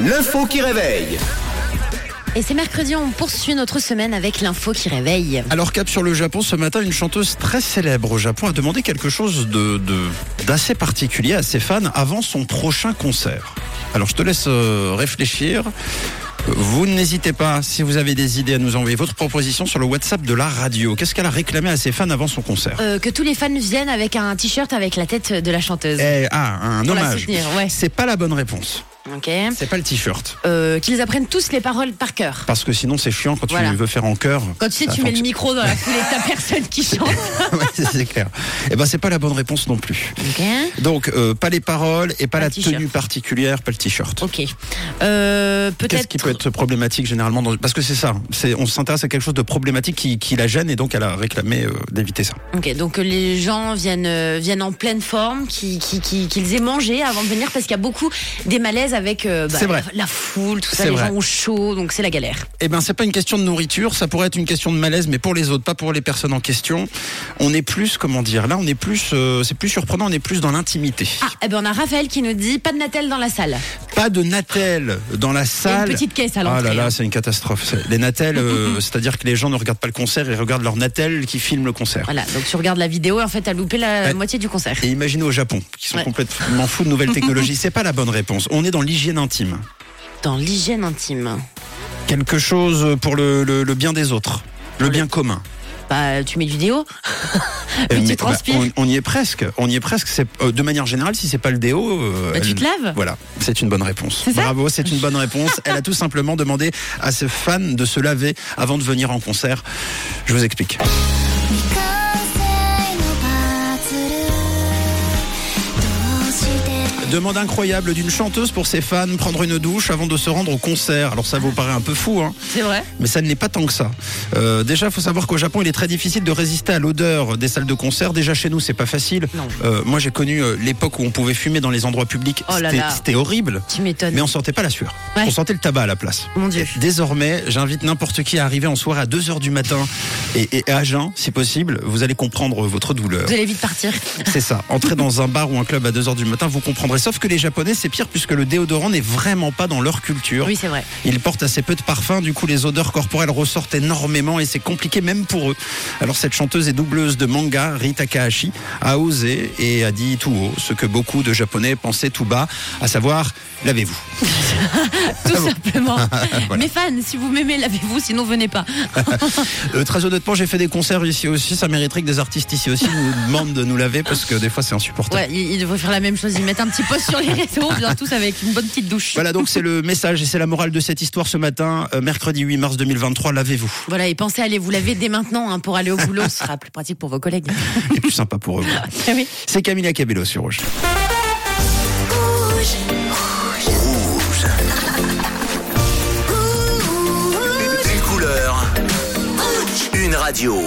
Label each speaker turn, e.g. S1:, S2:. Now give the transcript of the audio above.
S1: L'info qui réveille.
S2: Et c'est mercredi, on poursuit notre semaine avec l'info qui réveille.
S3: Alors cap sur le Japon, ce matin, une chanteuse très célèbre au Japon a demandé quelque chose de de- d'assez particulier à ses fans avant son prochain concert. Alors je te laisse euh, réfléchir. Vous n'hésitez pas, si vous avez des idées, à nous envoyer votre proposition sur le WhatsApp de la radio. Qu'est-ce qu'elle a réclamé à ses fans avant son concert
S2: Euh, que tous les fans viennent avec un t-shirt avec la tête de la chanteuse.
S3: Eh, Ah, un
S2: Euh, Pour la
S3: hommage.
S2: soutenir, ouais.
S3: C'est pas la bonne réponse.
S2: Ok.
S3: C'est pas le t-shirt.
S2: Euh, Qu'ils apprennent tous les paroles par cœur.
S3: Parce que sinon c'est chiant quand
S2: Voilà.
S3: tu veux faire en chœur.
S2: Quand tu sais,
S3: Ça
S2: tu mets le
S3: fonctionne-
S2: micro dans la foulée de ta personne qui chante.
S3: Ouais, c'est clair. Eh ben c'est pas la bonne réponse non plus.
S2: Ok.
S3: Donc, euh, pas les paroles et pas,
S2: Pas
S3: la
S2: le t-shirt.
S3: tenue particulière, pas le t-shirt.
S2: Ok. Euh,
S3: Qu'est-ce
S2: Peut-être.
S3: qui peut être problématique généralement dans- Parce que c'est ça, c'est- on s'intéresse à quelque chose de problématique qui, qui la gêne et donc elle a réclamé euh, d'éviter ça.
S2: Ok, donc euh, les gens viennent, euh, viennent en pleine forme, qui- qui- qui- qu'ils aient mangé avant de venir parce qu'il y a beaucoup des malaises avec euh, bah,
S3: C'est vrai.
S2: la, la foule, tout ça.
S3: C'est
S2: Les
S3: vrai.
S2: gens ont chaud, donc c'est la galère.
S3: Eh ben, c'est pas une question de nourriture, ça pourrait être une question de malaise, mais pour les autres, pas pour les personnes en question. On est plus, comment dire, là on est plus, euh, c'est plus surprenant, on est plus dans l'intimité.
S2: Ah, eh ben on a Raphaël qui nous dit pas de Natel dans la salle.
S3: Pas de natel dans la
S2: Il y a
S3: salle.
S2: une petite caisse à
S3: Ah
S2: l'entrée.
S3: là là,
S2: hein.
S3: c'est une catastrophe. C'est- Les natels, euh, c'est-à-dire que les gens ne regardent pas le concert, ils regardent leur natel qui filme le concert.
S2: Voilà, donc tu regardes la vidéo et en fait t'as loupé la
S3: Ouais.
S2: moitié du concert.
S3: Et imaginez au Japon, qui sont
S2: Ouais.
S3: complètement fous de nouvelles technologies. C'est pas la bonne réponse. On est dans l'hygiène intime.
S2: Dans l'hygiène intime,
S3: Quelque chose pour le, le- le bien des autres. Le bien commun.
S2: bah tu mets du déo,
S3: Euh,
S2: puis
S3: mais,
S2: Ah, tu
S3: bah,
S2: transpires,
S3: on, on y est presque. On y est presque. C'est, euh, de manière générale, si c'est pas le déo. euh,
S2: bah, tu
S3: elle-
S2: te laves.
S3: Voilà, c'est une bonne réponse.
S2: C'est ça
S3: Bravo, c'est une bonne réponse. Elle a tout simplement demandé à ses fans de se laver avant de venir en concert. Je vous explique.
S4: 未完成のパズルどうして
S3: Demande incroyable d'une chanteuse pour ses fans prendre une douche avant de se rendre au concert. Alors ça vous paraît un peu fou, hein
S2: C'est vrai.
S3: mais ça ne l'est pas tant que ça. Euh, déjà, faut savoir qu'au Japon, il est très difficile de résister à l'odeur des salles de concert. Déjà chez nous, c'est pas facile.
S2: Non.
S3: Euh, moi, j'ai connu euh, l'époque où on pouvait fumer dans les endroits publics.
S2: Oh là
S3: C'était-
S2: là.
S3: C'était horrible.
S2: Tu m'étonnes.
S3: Mais on sentait pas la sueur.
S2: Ouais.
S3: On sentait le tabac à la place.
S2: Mon Dieu.
S3: Désormais, j'invite n'importe qui à arriver en soirée à 2h du matin et, et à jeun, si possible. Vous allez comprendre votre douleur.
S2: Vous allez vite partir.
S3: C'est ça. Entrer dans un bar ou un club à 2h du matin, vous comprendrez. Sauf que les Japonais, c'est pire puisque le déodorant n'est vraiment pas dans leur culture.
S2: Oui, c'est vrai.
S3: Ils portent assez peu de parfums, du coup les odeurs corporelles ressortent énormément et c'est compliqué même pour eux. Alors cette chanteuse et doubleuse de manga, Ri Takahashi, a osé et a dit tout haut ce que beaucoup de Japonais pensaient tout bas, à savoir lavez-vous.
S2: Tout simplement.
S3: Ah Voilà.
S2: Mes fans, si vous m'aimez, lavez-vous, sinon venez pas.
S3: Euh, très honnêtement, j'ai fait des concerts ici aussi, ça mériterait que des artistes ici aussi nous demandent de nous laver parce que des fois c'est insupportable.
S2: Ouais, ils ils devraient faire la même chose. Ils mettent un petit post sur les réseaux, on vient tous avec une bonne petite douche.
S3: Voilà donc c'est le message et c'est la morale de cette histoire ce matin, euh, mercredi 8 mars 2023, lavez-vous.
S2: Voilà, et pensez à aller vous laver dès maintenant hein, pour aller au boulot, ce sera plus pratique pour vos collègues.
S3: Et plus sympa pour eux. voilà.
S2: Ah oui.
S3: C'est Camilla Cabello sur Rouge.
S4: rouge rouge rouge
S1: Une couleur. Une radio.